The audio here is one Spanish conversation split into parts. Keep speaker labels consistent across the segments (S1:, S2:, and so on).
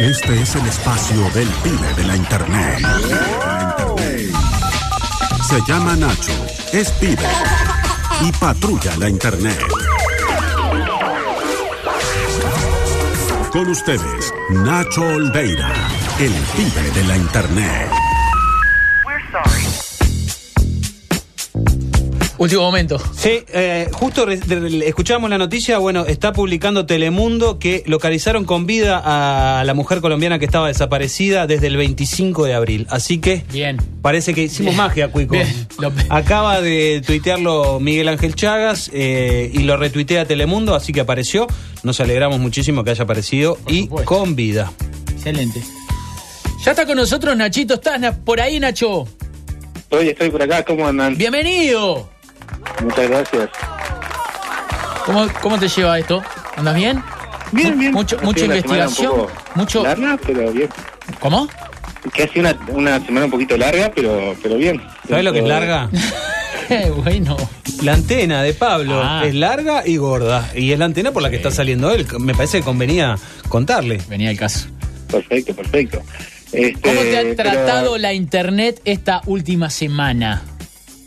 S1: Este es el espacio del pibe de la internet. Se llama Nacho, es pibe y patrulla la internet. Con ustedes, Nacho Olveira, el pibe de la internet.
S2: Último momento.
S3: Sí, eh, justo re- re- escuchábamos la noticia, bueno, está publicando Telemundo que localizaron con vida a la mujer colombiana que estaba desaparecida desde el 25 de abril. Así que
S2: Bien.
S3: parece que hicimos
S2: Bien.
S3: magia, Cuico.
S2: Bien. Lo-
S3: Acaba de tuitearlo Miguel Ángel Chagas eh, y lo retuitea Telemundo, así que apareció. Nos alegramos muchísimo que haya aparecido y
S2: supuesto.
S3: con vida.
S2: Excelente. Ya está con nosotros Nachito. ¿Estás na- por ahí, Nacho?
S4: Oye, estoy por acá, ¿cómo andan?
S2: ¡Bienvenido!
S4: Muchas gracias.
S2: ¿Cómo, cómo te lleva esto? ¿Andas bien? Mu- Mucho,
S4: Ha
S2: mucha
S4: sido una semana un
S2: investigación.
S4: poco
S2: Mucho.
S4: Larga, pero bien.
S2: ¿Cómo?
S4: Que ha sido una, una semana un poquito larga, pero, pero bien.
S3: ¿Sabes lo que es larga?
S2: Eh, bueno.
S3: La antena de Pablo
S2: Ah.
S3: es larga y gorda. Y es la antena por la que está saliendo él. Me parece que convenía contarle.
S2: Venía el caso.
S4: Perfecto, perfecto. Este,
S2: ¿Cómo te ha
S4: pero
S2: tratado la internet esta última semana?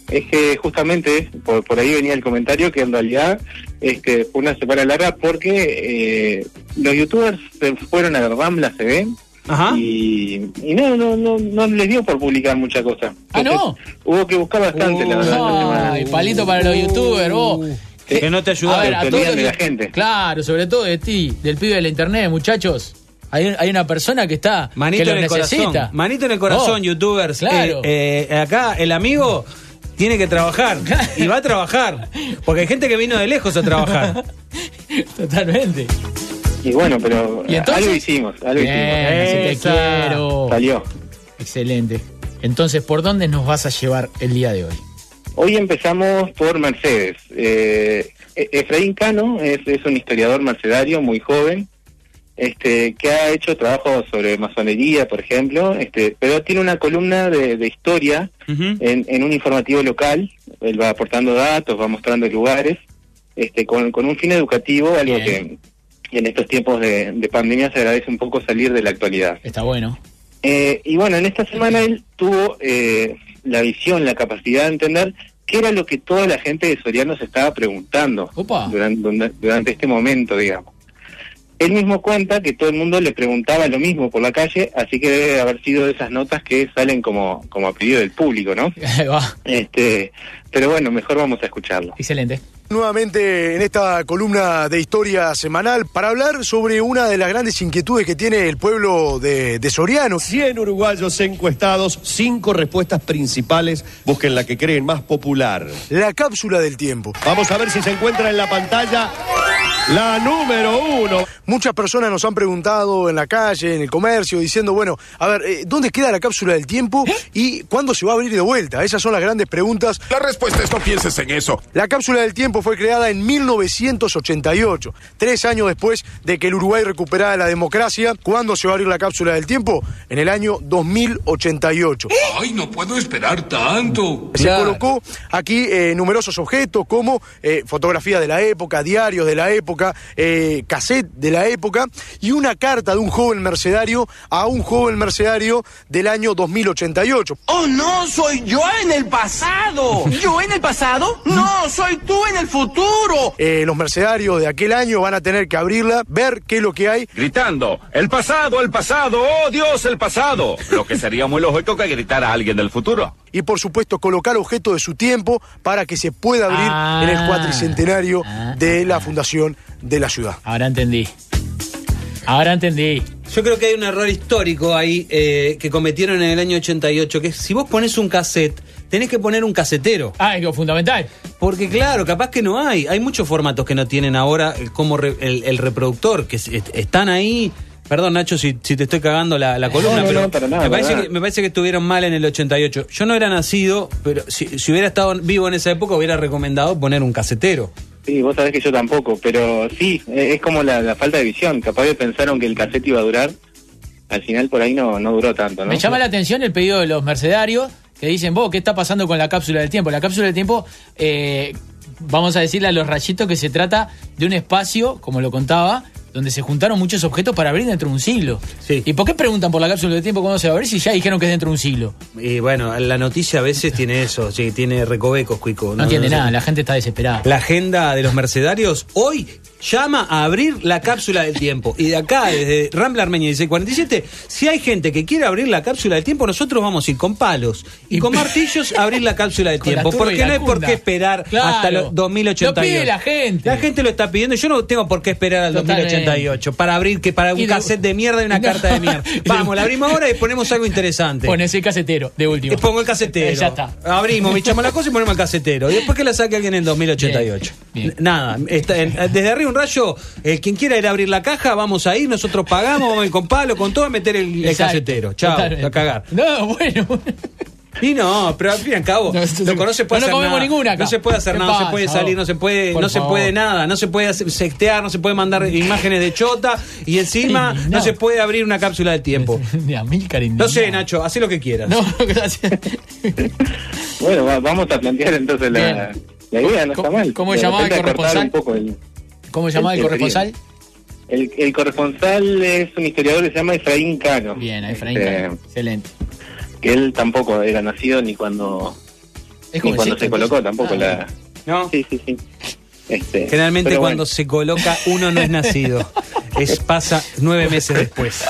S4: Es que justamente por, por ahí venía el comentario que en realidad este, fue una semana larga porque eh, los youtubers se fueron a Rambla, se ven.
S3: Ajá.
S4: Y, y no, no, no, no les dio por publicar mucha cosa.
S2: Ah, ¿no?
S4: Hubo que buscar bastante, la verdad, esta semana.
S2: Ay, palito para los youtubers, vos.
S3: Que- que no te ayudaron.
S2: A ver, a
S4: Te
S2: todos
S4: olvidan de
S2: los-
S4: la gente.
S2: Claro, sobre todo de ti, del pibe de la internet, muchachos. Hay, hay una persona que está.
S3: Manito
S2: que
S3: en
S2: lo
S3: el
S2: necesita.
S3: corazón. Manito en el corazón,
S2: Vos.
S3: youtubers.
S2: Claro.
S3: Eh, eh, acá el amigo tiene que trabajar. Y va a trabajar. Porque hay gente que vino de lejos a trabajar. eh,
S2: Totalmente.
S4: Y bueno, pero
S2: ¿Y entonces?
S4: algo hicimos, algo
S2: Bien, Oh.
S4: hicimos. ¿eh?
S2: así te
S3: Esa.
S2: quiero.
S4: Salió.
S2: Excelente. Entonces, ¿por dónde nos vas a llevar el día de hoy?
S4: Hoy empezamos por Mercedes. Eh, E- Efraín Cano es, es un historiador mercedario muy joven, este, que ha hecho trabajos sobre masonería, por ejemplo, este, pero tiene una columna de, de historia
S3: Ujú.
S4: en, en un informativo local. Él va aportando datos, va mostrando lugares, este, con, con un fin educativo, algo
S2: Bien.
S4: que en estos tiempos de, de pandemia se agradece un poco salir de la actualidad.
S2: Está bueno.
S4: Eh, y bueno, en esta semana él tuvo eh, la visión, la capacidad de entender qué era lo que toda la gente de Soriano se estaba preguntando
S2: Opa.
S4: duran- durante, durante este momento, digamos. Él mismo cuenta que todo el mundo le preguntaba lo mismo por la calle, así que debe haber sido de esas notas que salen como, como a pedido del público, ¿no?
S2: Ahí va.
S4: Este, pero bueno, mejor vamos a escucharlo.
S2: Excelente.
S5: Nuevamente en esta columna de historia semanal para hablar sobre una de las grandes inquietudes que tiene el pueblo de, de Soriano.
S6: 100 uruguayos encuestados, cinco respuestas principales. Busquen la que creen más popular.
S5: La cápsula del tiempo.
S6: Vamos a ver si se encuentra en la pantalla la número uno.
S5: Muchas personas nos han preguntado en la calle, en el comercio, diciendo, bueno, a ver, eh, ¿dónde queda la cápsula del tiempo y cuándo se va a abrir de vuelta? Esas son las grandes preguntas.
S7: La respuesta es no pienses en eso.
S5: La cápsula del tiempo fue creada en 1988, tres años después de que el Uruguay recuperara la democracia. ¿Cuándo se va a abrir la cápsula del tiempo? En el año 2088.
S7: Ay, no puedo esperar tanto.
S5: Se
S2: Claro.
S5: colocó aquí eh, numerosos objetos como eh, fotografías de la época, diarios de la época, eh, cassette de la época y una carta de un joven mercenario a un joven mercenario del año 2088.
S8: Oh, no, soy yo en el pasado. ¿Yo en el pasado? No, soy tú en el futuro.
S5: Eh, los mercenarios de aquel año van a tener que abrirla, ver qué es lo que hay.
S9: Gritando, el pasado, el pasado, oh Dios, el pasado. Lo que sería muy lógico que gritara alguien del futuro.
S5: Y por supuesto colocar objetos de su tiempo para que se pueda abrir
S2: Ah.
S5: en el cuatricentenario
S2: Ah,
S5: de la fundación de la ciudad.
S2: Ahora entendí. Ahora entendí.
S3: Yo creo que hay un error histórico ahí eh, que cometieron en el año 88, que es, si vos pones un cassette, tenés que poner un casetero.
S2: Ah, es lo fundamental.
S3: Porque claro, capaz que no hay. Hay muchos formatos que no tienen ahora eh, como re- el, el reproductor, que es- est- están ahí. Perdón, Nacho, si, si te estoy cagando la, la columna,
S4: No, no,
S3: pero
S4: no, para nada,
S3: me,
S4: para
S3: parece
S4: nada.
S3: que, me parece que estuvieron mal en el 88. Yo no era nacido, pero si, si hubiera estado vivo en esa época hubiera recomendado poner un casetero.
S4: Sí, vos sabés que yo tampoco, pero sí, eh, es como la, la falta de visión. Capaz que pensaron que el cassette iba a durar, al final por ahí no, no duró tanto, ¿no?
S2: Me llama la atención el pedido de los mercenarios que dicen, vos, ¿qué está pasando con la cápsula del tiempo? La cápsula del tiempo, eh, vamos a decirle a los rayitos que se trata de un espacio, como lo contaba, donde se juntaron muchos objetos para abrir dentro de un siglo.
S3: Sí.
S2: ¿Y por qué preguntan por la cápsula del tiempo cuándo se va a abrir si ya dijeron que es dentro de un siglo?
S3: Y bueno, la noticia a veces tiene eso, sí, tiene recovecos, Cuico.
S2: No, entiende
S3: sé.
S2: nada, la gente está desesperada.
S3: La agenda de los mercenarios hoy llama a abrir la cápsula del tiempo. Y de acá, desde Rambla Armenia, dice 47, si hay gente que quiere abrir la cápsula del tiempo, nosotros vamos a ir con palos y con martillos a abrir la cápsula del
S2: Con la
S3: tiempo.
S2: turba y
S3: Porque
S2: la
S3: no hay por
S2: cunda.
S3: qué esperar
S2: Claro.
S3: hasta los 2082.
S2: Lo pide la gente.
S3: La gente lo está pidiendo. Yo no tengo por qué esperar al
S2: Totalmente.
S3: 2088 para abrir que para un
S2: Y de-
S3: cassette de mierda y una
S2: No.
S3: carta de mierda.
S2: Y de-
S3: Vamos, la abrimos ahora y ponemos algo interesante.
S2: Pone ese casetero, de último.
S3: Le pongo el casetero.
S2: Eh, Ya está.
S3: Abrimos, michamos la cosa y ponemos el casetero. ¿Y después que la saque alguien en 2088?
S2: Bien, bien.
S3: N- Nada. está en- desde arriba un rayo, eh, quien quiera ir a abrir la caja, vamos ahí, nosotros pagamos, vamos a ir con palo, con todo, a meter el, el
S2: Exacto,
S3: casetero. Chao,
S2: totalmente.
S3: a cagar.
S2: No, bueno.
S3: Y no, pero al fin y al cabo,
S2: No, esto es
S3: lo
S2: un-
S3: que no se puede
S2: no
S3: hacer
S2: comemos
S3: nada.
S2: ninguna acá.
S3: No se puede hacer
S2: ¿Qué
S3: nada, no se
S2: pasa,
S3: puede
S2: vos?
S3: salir, no se puede,
S2: Por
S3: no se
S2: favor.
S3: puede nada, no se puede hacer- sextear, no se puede mandar imágenes de chota y encima
S2: Sí,
S3: no.
S2: no.
S3: se puede abrir una cápsula del tiempo.
S2: De Amílcar
S3: No
S2: indignado.
S3: sé, Nacho, haz lo que quieras.
S2: No, gracias.
S4: Bueno, va- vamos a plantear entonces la,
S2: Bien.
S4: la idea, no
S2: ¿Cómo-
S4: está mal.
S2: cómo
S4: De
S2: llamaba el
S4: repente acortar
S2: corresponsal?
S4: un poco el,
S2: ¿Cómo llamaba el corresponsal?
S4: el, el corresponsal es un historiador que se llama Efraín Cano.
S2: Bien, ahí Efraín.
S4: Este,
S2: Cano. Excelente.
S4: que él tampoco era nacido ni cuando,
S2: Es
S4: ni cuando
S2: jovencito,
S4: se colocó,
S2: entonces.
S4: tampoco
S2: Ah,
S4: la...
S3: No.
S4: Sí, sí, sí. Este,
S3: Generalmente
S4: pero
S3: cuando
S4: bueno.
S3: se coloca uno no es nacido. Es, pasa nueve meses después.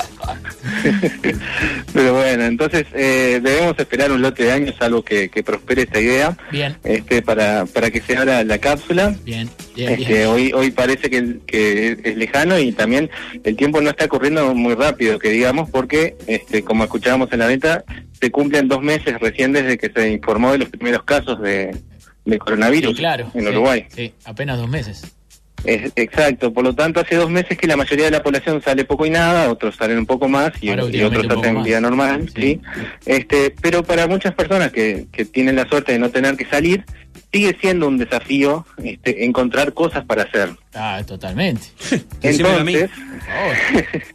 S4: Pero bueno, entonces eh, debemos esperar un lote de años, algo que, que prospere esta idea,
S2: Bien,
S4: este para, para que se abra la cápsula.
S2: bien, bien. bien.
S4: Este, hoy hoy parece que, que es lejano y también el tiempo no está corriendo muy rápido, que digamos, porque este, como escuchábamos en la venta, se cumplen dos meses recién desde que se informó de los primeros casos de, de coronavirus
S2: Sí, claro.
S4: en
S2: sí,
S4: Uruguay.
S2: Sí, apenas dos meses.
S4: Es- exacto, por lo tanto hace dos meses que la mayoría de la población sale poco y nada, otros salen un poco más y,
S2: Ahora
S4: y
S2: últimamente
S4: otros
S2: un poco
S4: hacen
S2: más.
S4: vida normal,
S2: Sí.
S4: sí. Este, pero para muchas personas que, que tienen la suerte de no tener que salir, sigue siendo un desafío este, encontrar cosas para hacer.
S2: Ah, totalmente.
S3: Decímelo a mí.
S4: Entonces,
S2: Por favor.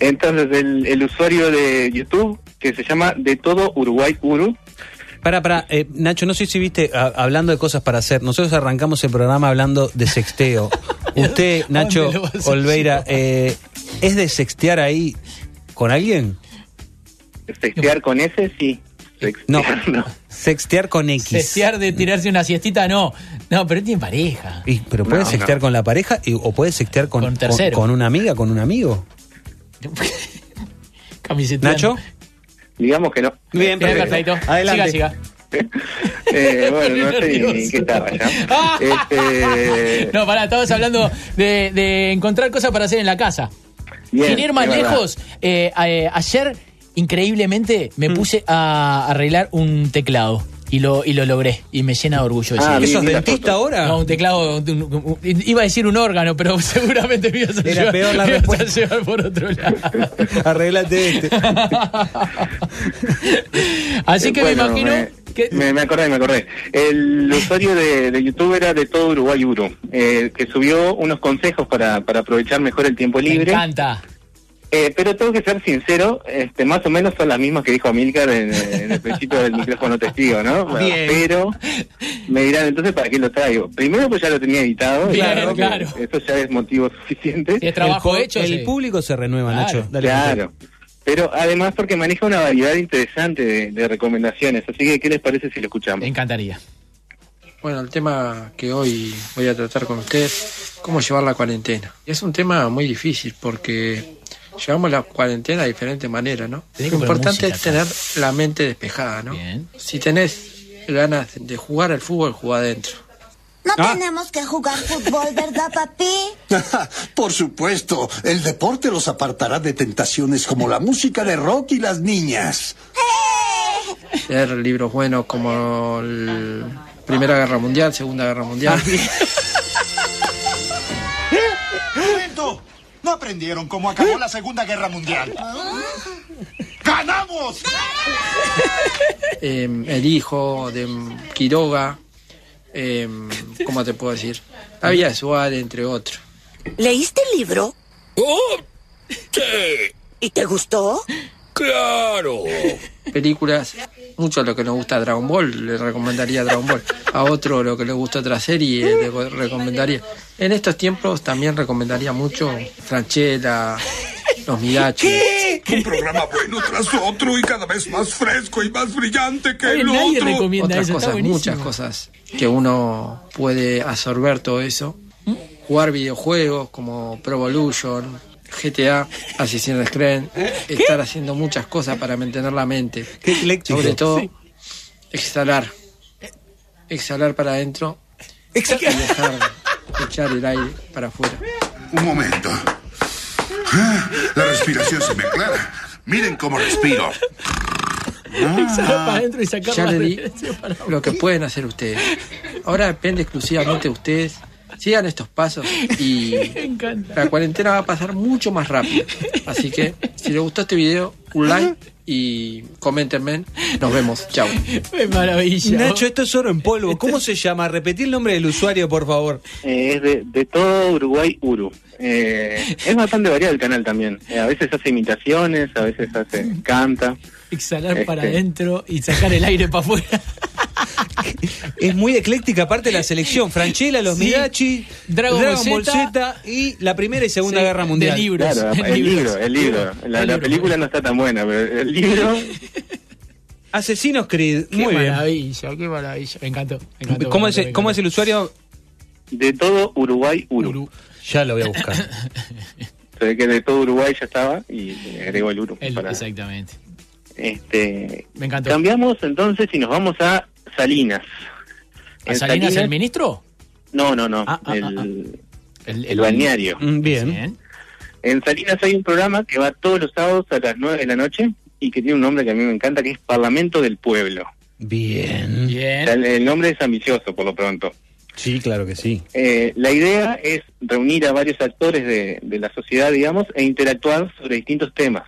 S4: entonces el, el usuario de YouTube que se llama De Todo Uruguay Uru,
S3: Para, para, eh, Nacho, no sé si viste, a- hablando de cosas para hacer, nosotros arrancamos el programa hablando de sexteo. Usted, Nacho
S2: lo vas a
S3: Olveira,
S2: llevar?
S3: eh, ¿es de sextear ahí con alguien?
S4: sextear con ese, sí.
S3: No,
S4: Sextear, no.
S3: sextear con X.
S2: Desear de tirarse una siestita, no. No, pero él tiene pareja.
S3: Y- pero puedes
S4: No,
S3: sextear con la pareja y- o puedes sextear con,
S2: Con tercero.
S3: con- con una amiga, con un amigo.
S2: Camiseta.
S3: Nacho.
S4: Digamos que no.
S3: Bien,
S2: Bien,
S3: perfecto.
S2: perfecto.
S3: Adelante.
S2: Siga, siga.
S4: Eh, bueno, no sé ni- ni
S2: Nervioso.
S4: qué estaba ya. Este,
S2: No, pará, estabas hablando de, de encontrar cosas para hacer en la casa.
S4: bien,
S2: Sin ir más
S4: es verdad.
S2: lejos, eh, a- eh, ayer increíblemente me puse a arreglar un teclado y lo, y lo logré y me llena de orgullo. decirlo.
S4: Ah,
S3: ¿Qué
S4: vi-
S3: sos
S4: vi la
S3: dentista
S4: foto.
S3: ahora?
S2: No, un teclado, un- un- un- iba a decir un órgano, pero seguramente me ibas a,
S3: Era
S2: llevar,
S3: peor la
S2: me ibas a
S3: respuesta.
S2: llevar por otro lado.
S3: Arreglate este.
S2: Así que
S4: Bueno,
S2: me imagino
S4: me,
S2: que...
S4: Me, me acordé, me acordé. El usuario de, de YouTube era de todo Uruguay Uru, eh, que subió unos consejos para, para aprovechar mejor el tiempo
S2: me
S4: libre.
S2: encanta.
S4: Eh, pero tengo que ser sincero, este, más o menos son las mismas que dijo Amílcar en, en el principio del micrófono testigo, ¿no? Bueno,
S3: Bien.
S4: Pero me dirán, entonces, ¿para qué lo traigo? Primero, pues ya lo tenía editado.
S2: Bien,
S4: creo que
S2: claro.
S4: Eso ya es motivo suficiente.
S2: Si es trabajo
S3: el, po-
S2: hecho, sí.
S3: El público se renueva,
S2: Claro.
S3: Nacho. Dale,
S4: claro. Pero además porque maneja una variedad interesante de, de recomendaciones. Así que, ¿qué les parece si lo escuchamos?
S2: me encantaría.
S10: Bueno, el tema que hoy voy a tratar con ustedes, cómo llevar la cuarentena. Y es un tema muy difícil porque llevamos la cuarentena de diferentes maneras, ¿no?
S2: Tenés que
S10: Lo
S2: poner
S10: importante
S2: música
S10: es
S2: acá.
S10: tener la mente despejada, ¿no?
S2: Bien.
S10: Si tenés ganas de jugar al fútbol, jugá adentro.
S11: No
S3: Ah.
S11: tenemos que jugar fútbol, ¿verdad, papi?
S1: Por supuesto, el deporte los apartará de tentaciones como la música de rock y las niñas.
S10: Leer libros buenos como el Primera Guerra Mundial, Segunda Guerra Mundial.
S1: ¿No aprendieron cómo acabó la Segunda Guerra Mundial?
S11: Ah.
S1: ¡Ganamos!
S10: eh, el hijo de Quiroga, eh, ¿cómo te puedo decir? Había Suárez, entre otros.
S11: ¿Leíste el libro? ¿Y te gustó?
S10: Películas
S12: muchos lo que nos gusta Dragon Ball, le recomendaría Dragon Ball. A otro lo que le gusta otra serie, le go- recomendaría. En estos tiempos también recomendaría mucho Franchella, Los Migachos.
S5: Un programa bueno tras otro y cada vez más fresco y más brillante que el otro.
S12: otras cosas, muchas cosas que uno puede absorber todo eso. Jugar videojuegos como Pro Evolution, GTA, Assassin's Creed, estar haciendo muchas cosas para mantener la mente. Sobre todo,
S13: Sí.
S12: exhalar. Exhalar para adentro y dejar echar el aire para afuera.
S5: Un momento. Ah, La respiración se me aclara. Miren cómo respiro.
S12: Exhalar para
S2: adentro y sacar
S12: Ah, Ya
S2: la
S12: le di
S2: referencia para-
S12: lo que pueden hacer ustedes. Ahora depende exclusivamente de ustedes. Sigan estos pasos y
S2: Me encanta.
S12: La cuarentena va a pasar mucho más rápido. Así que, si les gustó este video, un like y coméntenme. Nos vemos. Chao.
S2: Es maravilla.
S13: Nacho, esto es oro en polvo.
S2: Este
S13: ¿Cómo se llama? Repetí el nombre del usuario, por favor.
S4: Eh, es de, de todo Uruguay, Uru. Eh, es bastante variado el canal también. Eh, a veces hace imitaciones, a veces hace canta.
S2: Exhalar para
S4: Este.
S2: adentro y sacar el aire para afuera.
S13: Es muy ecléctica, aparte de la selección. Franchella, los
S2: Sí.
S13: Mirachi,
S2: Dragon
S13: Dragon,
S2: Ball
S13: Ball
S2: Z.
S13: Z y la Primera y Segunda
S2: Sí,
S13: Guerra Mundial.
S2: de libros.
S4: Claro, el libro, el libro. La, la película no está tan buena, pero el libro
S13: Asesinos Creed.
S2: Qué
S13: muy bien.
S2: maravilla, qué maravilla. Me encantó. Me encantó
S13: ¿Cómo
S2: me
S13: es,
S2: encantó, me
S13: cómo es
S2: encantó.
S13: el usuario?
S4: de todo Uruguay, Uru.
S13: Ya lo voy a buscar.
S4: Se ve que de todo Uruguay ya estaba y le agregó el Uru.
S2: El-
S4: para-
S2: Exactamente.
S4: este,
S2: Me encantó.
S4: cambiamos entonces y nos vamos a Salinas.
S2: ¿A
S4: En
S2: Salinas el ministro?
S4: No, no, no.
S2: Ah, ah,
S4: el,
S2: ah, El,
S4: el balneario.
S13: Mm, Bien.
S2: Bien.
S4: En Salinas hay un programa que va todos los sábados a las 9 de la noche y que tiene un nombre que a mí me encanta, que es Parlamento del Pueblo.
S13: Bien.
S4: O
S2: Bien.
S4: sea, el, el nombre es ambicioso, por lo pronto.
S13: Sí, claro que sí.
S4: Eh, la idea es reunir a varios actores de, de la sociedad, digamos, e interactuar sobre distintos temas.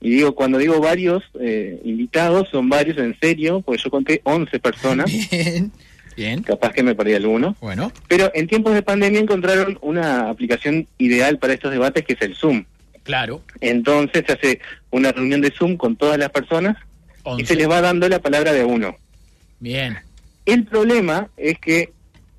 S4: Y digo, cuando digo varios eh, invitados, son varios en serio, porque yo conté 11 personas,
S2: Bien. Bien.
S4: capaz que me perdí alguno.
S2: Bueno.
S4: Pero en tiempos de pandemia encontraron una aplicación ideal para estos debates, que es el Zoom.
S2: Claro.
S4: Entonces se hace una reunión de Zoom con todas las personas y se
S2: Once.
S4: les va dando la palabra de a uno.
S2: Bien.
S4: El problema es que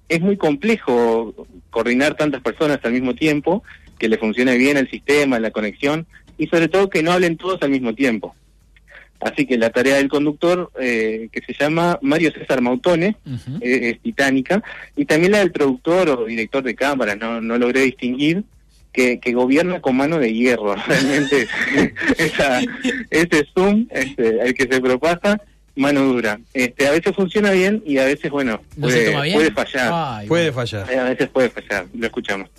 S4: es muy complejo coordinar tantas personas al mismo tiempo, que le funcione bien el sistema, la conexión y sobre todo que no hablen todos al mismo tiempo. Así que la tarea del conductor, eh, que se llama Mario César Mautone,
S2: Ujú.
S4: eh, es titánica, y también la del productor o director de cámaras, no, no logré distinguir, que, que gobierna con mano de hierro, realmente esa- ese Zoom, este, el que se propasa, mano dura. Este, a veces funciona bien y a veces, bueno,
S2: ¿No se
S4: puede,
S2: toma bien? Ah.
S4: puede fallar,
S2: Ay,
S13: Puede fallar.
S4: Eh, a veces puede fallar, lo escuchamos.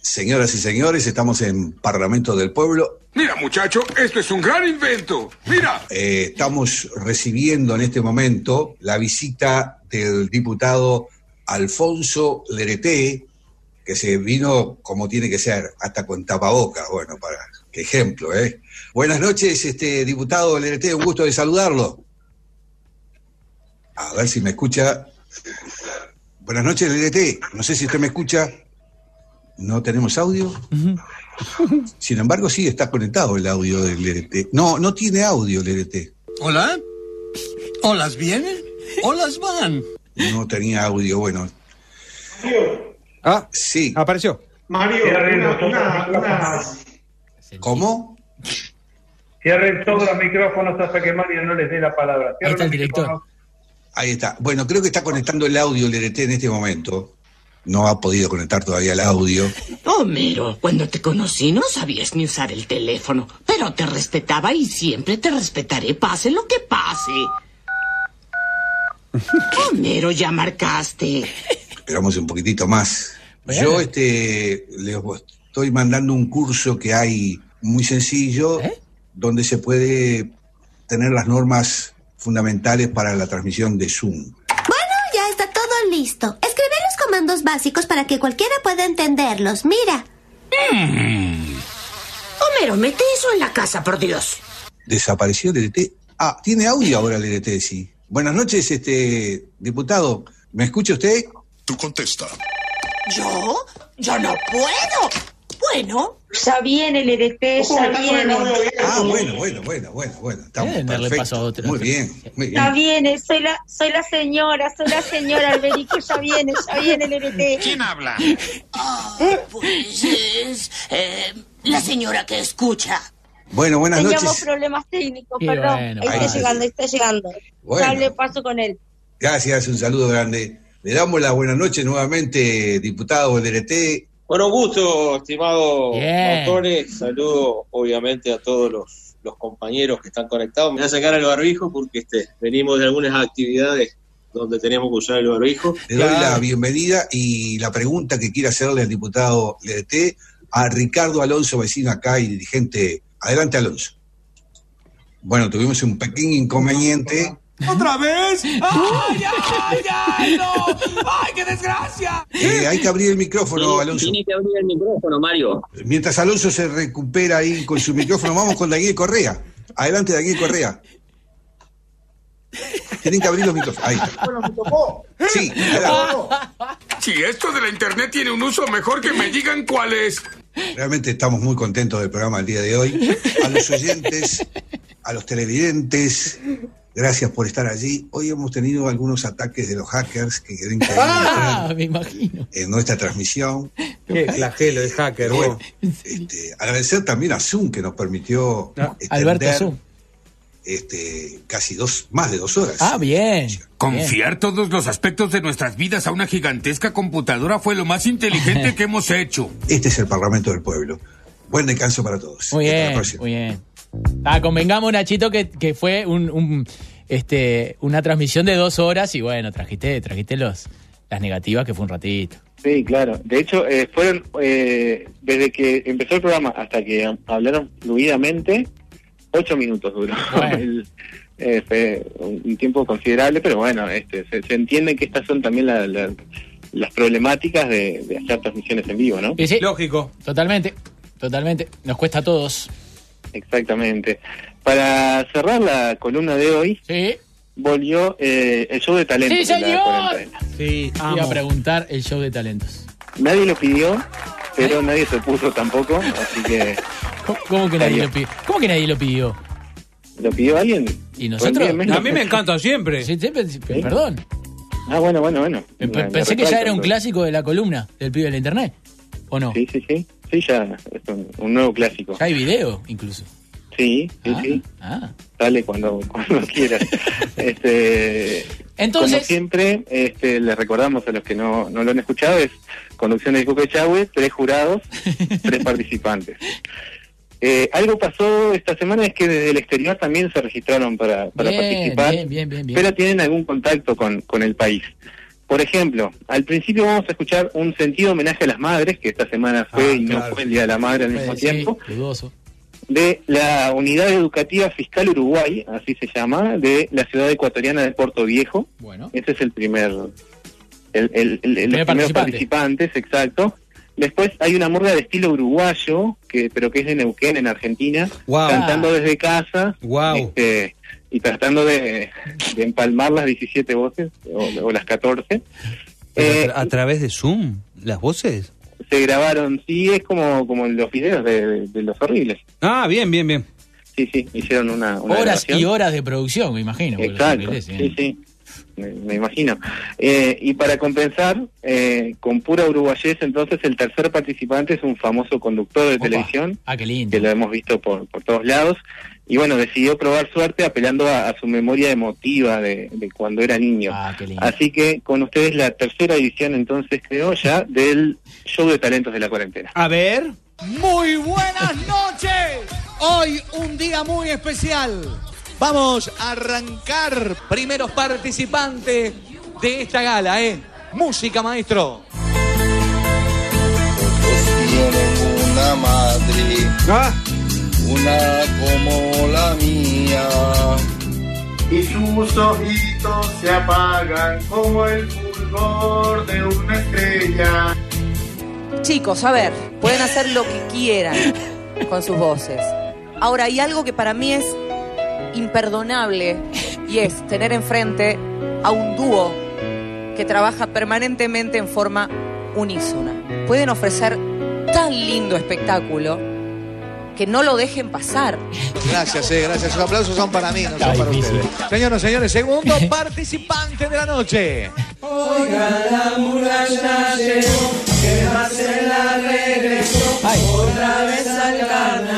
S3: Señoras y señores, estamos en Parlamento del Pueblo.
S5: Mira, muchacho, esto es un gran invento. Mira.
S3: Eh, estamos recibiendo en este momento la visita del diputado Alfonso Lerete, que se vino como tiene que ser, hasta con tapabocas. Bueno, para qué ejemplo, ¿eh? Buenas noches, este diputado Lerete, un gusto de saludarlo. A ver si me escucha. Buenas noches, Lerete. No sé si usted me escucha. No tenemos audio. Sin embargo, sí está conectado el audio del LRT. No, no tiene audio el LRT.
S14: Hola. Olas vienen, olas van.
S3: No tenía audio, bueno.
S13: Ah,
S3: Sí.
S13: apareció.
S15: Mario, una, una, una-
S3: ¿Cómo?
S15: cierren todos los micrófonos hasta que Mario no les dé la palabra.
S2: Ahí
S15: Cierren
S2: está el
S15: los
S2: director.
S3: Ahí está. Bueno, creo que está conectando el audio el LRT en este momento. No ha podido conectar todavía el audio.
S11: Homero, cuando te conocí no sabías ni usar el teléfono, pero te respetaba y siempre te respetaré, pase lo que pase. Homero, ya marcaste.
S3: Esperamos un poquitito más. Yo este, les vos- estoy mandando un curso que hay muy sencillo, donde se puede tener las normas fundamentales para la transmisión de Zoom.
S11: Bueno, ya está todo listo. Escribí los comandos básicos para que cualquiera pueda entenderlos. Mira. Homero, mete eso en la casa, por Dios.
S3: Desapareció el LT. Ah, tiene audio ahora el LT, sí. Buenas noches, este diputado. ¿Me escucha usted?
S5: Tú contesta.
S11: ¿Yo? Yo no puedo.
S16: Bueno. Ya viene Lerete, ya viene.
S17: Ah, bueno, bueno, bueno, bueno, bueno. Está perfecto. Muy bien, muy bien.
S16: Ya viene, soy la, soy la señora, soy la señora Alberico, ya viene, ya viene Lerete.
S11: ¿Quién habla? Pues es eh, la señora que escucha.
S17: Bueno, buenas
S16: Teníamos
S17: noches.
S16: problemas técnicos,
S17: Sí,
S16: perdón.
S17: bueno,
S16: ahí
S2: este
S16: está
S17: ahí.
S16: llegando, ahí está llegando.
S17: Bueno.
S16: Ya le paso con él.
S17: Gracias, un saludo grande. Le damos la buena noche nuevamente, diputado E Lerete.
S18: Bueno, un gusto, estimado
S17: Bien.
S18: autores. Saludo, obviamente, a todos los, los compañeros que están conectados. Me voy a sacar el barbijo porque este, venimos de algunas actividades donde tenemos que usar el barbijo.
S17: Le doy la bienvenida y la pregunta que quiere hacerle al diputado Lerete a Ricardo Alonso, vecino acá y dirigente. Adelante, Alonso. Bueno, tuvimos un pequeño inconveniente.
S8: ¿Otra vez? ¡Ay, ay, ay! ¡No! ¡Ay, qué desgracia!
S17: Eh, hay que abrir el micrófono, Alonso.
S19: Tiene que abrir el micrófono, Mario.
S17: Mientras Alonso se recupera ahí con su micrófono, vamos con Daniel Correa. Adelante, Daniel Correa. Tienen que abrir los micrófonos. Ahí está. Sí,
S20: Si esto de la internet tiene un uso, mejor que me digan cuál es.
S17: Realmente estamos muy contentos del programa el día de hoy. A los oyentes, a los televidentes, gracias por estar allí. Hoy hemos tenido algunos ataques de los hackers que quieren que
S2: Ah, me imagino.
S17: en nuestra transmisión.
S3: Qué flagelo de hacker,
S17: bueno. este, agradecer también a Zoom que nos permitió extender,
S2: Ah, Alberto Zoom.
S17: Este, casi dos, más de dos horas.
S2: Ah, bien.
S20: Confiar todos los aspectos de nuestras vidas a una gigantesca computadora fue lo más inteligente que hemos hecho.
S17: Este es el Parlamento del Pueblo. Buen descanso para todos.
S2: Muy
S17: Hasta la
S2: bien,
S17: próxima.
S2: muy bien. Ah, convengamos, Nachito, que, que fue un, un, este, una transmisión de dos horas y bueno, trajiste, trajiste los, las negativas que fue un ratito.
S4: Sí, claro. De hecho, eh, fueron, eh, desde que empezó el programa hasta que hablaron fluidamente, ocho minutos duró. El- eh, fue un un tiempo considerable, pero bueno, este, se, se entiende que estas son también la- la- las problemáticas de, de hacer transmisiones en vivo, ¿no?
S3: Lógico.
S2: Totalmente, totalmente. Nos cuesta a todos.
S4: Exactamente. Para cerrar la columna de hoy, volvió eh, el show de talento.
S2: ¡Sí,
S4: de la
S2: señor!
S4: cuarentena.
S3: Sí,
S2: Iba a preguntar el show de talentos.
S4: Nadie lo pidió,
S2: ¿Eh?
S4: pero nadie se puso tampoco, así que...
S2: ¿Cómo, cómo que nadie lo pidió? ¿Cómo que nadie lo pidió?
S4: ¿Lo pidió alguien? Pues
S2: ¿Y nosotros?
S3: a mí me encanta siempre.
S2: Sí, siempre, Perdón.
S4: Ah, bueno, bueno, bueno.
S2: Pe-
S4: Me- me
S2: Eh, Pensé que ya
S4: retracto,
S2: era un
S4: pero-
S2: clásico de la columna del pibe de la internet. ¿O no?
S4: Sí, sí, sí. Sí, ya es un, un nuevo clásico.
S2: Ya hay video, incluso. Ah,
S4: Sí, sí, sí. Sale cuando, cuando quieras. este,
S2: Entonces-
S4: Como siempre, este, les recordamos a los que no, no lo han escuchado, es conducción de Cuca Chávez, tres jurados, tres participantes. Eh, algo pasó esta semana es que desde el exterior también se registraron para, para
S2: Bien,
S4: participar.
S2: bien, bien, bien, bien.
S4: pero tienen algún contacto con, con el país. Por ejemplo, al principio vamos a escuchar un sentido homenaje a las madres, que esta semana fue y no fue el Día de la Madre al mismo
S2: Ah, Sí,
S4: tiempo,
S2: dudoso.
S4: de la Unidad Educativa Fiscal Uruguay, así se llama, de la ciudad ecuatoriana de Puerto Viejo.
S2: Bueno.
S4: Ese es el primer, el, el-
S2: Primer
S4: el- los primeros
S2: participante.
S4: participantes, exacto. Después hay una murga de estilo uruguayo, que pero que es de Neuquén, en Argentina,
S3: Guau.
S4: cantando desde casa
S3: Wow.
S4: este, y tratando de, de empalmar las 17 voces o, o las 14.
S3: Pero ah. a, tra- a través de Zoom, las voces.
S4: Se grabaron, sí, es como, como en los videos de, de- de los horribles.
S3: Ah, bien, bien, bien.
S4: Sí, sí, hicieron una... una
S2: Horas
S4: grabación.
S2: y horas de producción, me imagino. porque los
S4: Exacto,
S2: ingleses, bien.
S4: sí, sí, me, me imagino. Eh, y para compensar, eh, con pura uruguayés, entonces el tercer participante es un famoso conductor de televisión,
S2: Ah, qué lindo.
S4: que lo hemos visto por, por todos lados, y bueno, decidió probar suerte apelando a, a su memoria emotiva de, de cuando era niño.
S2: Ah,
S4: Así que con ustedes la tercera edición, entonces creo ya, del show de talentos de la cuarentena.
S3: A ver.
S12: Muy buenas noches. Hoy un día muy especial. Vamos a arrancar primeros participantes de esta gala, ¿eh? Música, maestro.
S21: tienen una madre,
S5: Ah.
S21: una como la mía. Y sus ojitos se apagan como el fulgor de una estrella.
S22: Chicos, a ver, pueden hacer lo que quieran con sus voces. Ahora, hay algo que para mí es imperdonable y es tener enfrente a un dúo que trabaja permanentemente en forma unísona. Pueden ofrecer
S23: tan lindo espectáculo que no lo dejen pasar.
S12: Gracias, eh, gracias. Esos aplausos son para mí, no son para ustedes. Señoras y señores, segundo participante de la noche.
S24: Oiga, la muralla llegó, que más se la regresó, otra vez al carnaval.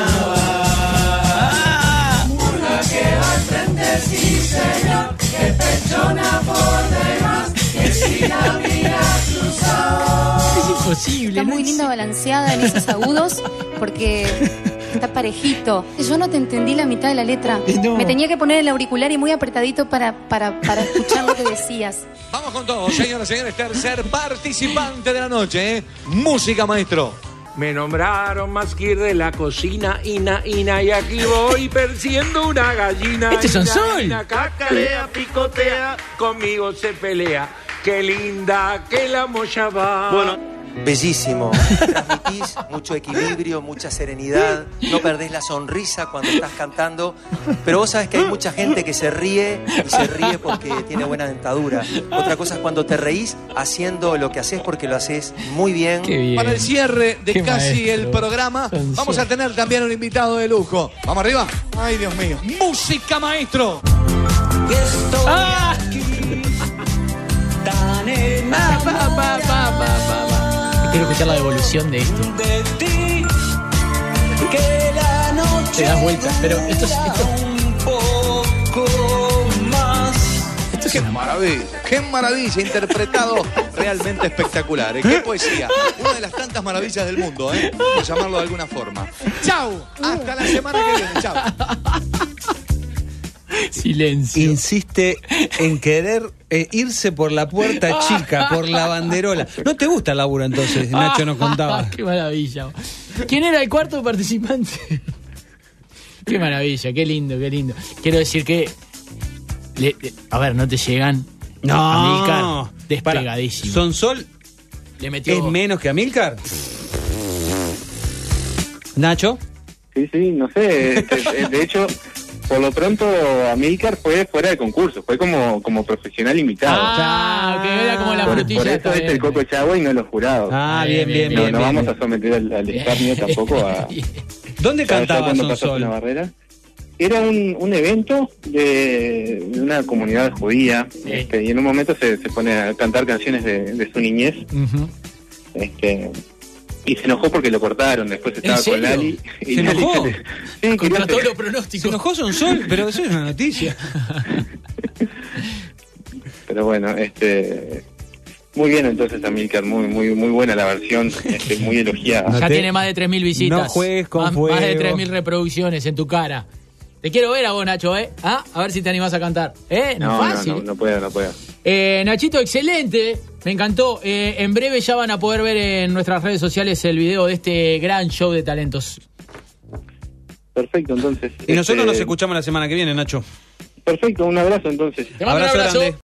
S24: Una que va al frente, sí señor, que pechona por demás, que si la mira cruzó.
S11: Es imposible. Está muy linda balanceada en esos agudos porque está parejito. Yo no te entendí la mitad de la letra. Me tenía que poner el auricular y muy apretadito para, para, para escuchar lo que decías.
S12: Vamos con todo, señoras y señores. Tercer participante de la noche, eh. Música, maestro.
S5: Me nombraron masquir de la cocina, ina, ina, y aquí voy persiguiendo una gallina.
S24: Este es
S5: ina,
S24: Sonsol.
S5: ina, cacarea, picotea, conmigo se pelea. Qué linda que la mocha va. Bueno,
S25: Bellísimo. Transmitís mucho equilibrio, mucha serenidad. No perdés la sonrisa cuando estás cantando. Pero vos sabés que hay mucha gente que se ríe y se ríe porque tiene buena dentadura. Otra cosa es cuando te reís haciendo lo que haces porque lo haces muy bien.
S12: Para el cierre de casi el programa, vamos a tener también un invitado de lujo. Vamos arriba. Ay, Dios mío. Música, maestro. ¡Ah!
S24: Tan enamorada
S2: Quiero escuchar la devolución de esto.
S24: de ti, que la noche
S2: Te das vueltas, pero esto es. Esto,
S24: un poco más.
S12: Esto es una maravilla. Qué maravilla, interpretado realmente espectacular. ¿eh? Qué poesía. Una de las tantas maravillas del mundo, ¿eh? por llamarlo de alguna forma. Chau. Hasta la semana que viene. Chau.
S2: Silencio.
S3: Insiste en querer eh, irse por la puerta chica, por la banderola. ¿No te gusta el laburo entonces? Nacho nos contaba.
S2: qué maravilla. ¿Quién era el cuarto participante? qué maravilla, qué lindo, qué lindo. Quiero decir que. le- le- a ver, no te llegan.
S3: No.
S2: Amilcar, despegadísimo.
S3: Sonsol
S2: Le metió.
S3: es menos que Amilcar. Nacho.
S4: Sí, sí, no sé. este, eh, de hecho, por lo pronto, Amílcar fue fuera de concurso, fue como, como profesional invitado.
S2: Ah, que era como la
S4: por,
S2: frutilla.
S4: por
S2: está
S4: eso es
S2: bien.
S4: el Coco Chagua y no los jurados.
S3: Ah, bien, bien,
S4: No,
S3: bien,
S4: no
S3: bien,
S4: vamos a someter al, al escarnio tampoco a.
S3: ¿Dónde
S4: ya- ya
S3: cantaba
S4: cuando pasas
S3: Sonsol?
S4: una barrera. Era un, un evento de, de una comunidad judía este, y en un momento se, se pone a cantar canciones de, de su niñez este, y se enojó porque lo cortaron. Después estaba con
S3: serio?
S4: Lali. y
S3: ¿Se
S4: Lali
S3: enojó?
S4: Sí, quería hacer-
S2: pronósticos.
S3: Se enojó Sonsol, pero eso es una noticia.
S4: Pero bueno, este muy bien entonces Amílcar, muy muy muy buena la versión, este, muy elogiada.
S2: Ya tiene más de 3.000 visitas.
S4: no juegues con
S2: más, más de
S4: fuego.
S2: 3.000 reproducciones en tu cara. Te quiero ver a vos, Nacho, ¿eh? ¿Ah? A ver si te animás a cantar. ¿Eh? No,
S4: No,
S2: es
S4: no,
S2: fácil.
S4: no, no puedo, no puedo.
S2: Eh, Nachito, excelente. Me encantó. Eh, en breve ya van a poder ver en nuestras redes sociales el video de este gran show de talentos.
S4: Perfecto, entonces.
S3: Y nosotros
S4: este,
S3: nos escuchamos la semana que viene, Nacho.
S4: Perfecto, un abrazo entonces.
S2: mando un abrazo.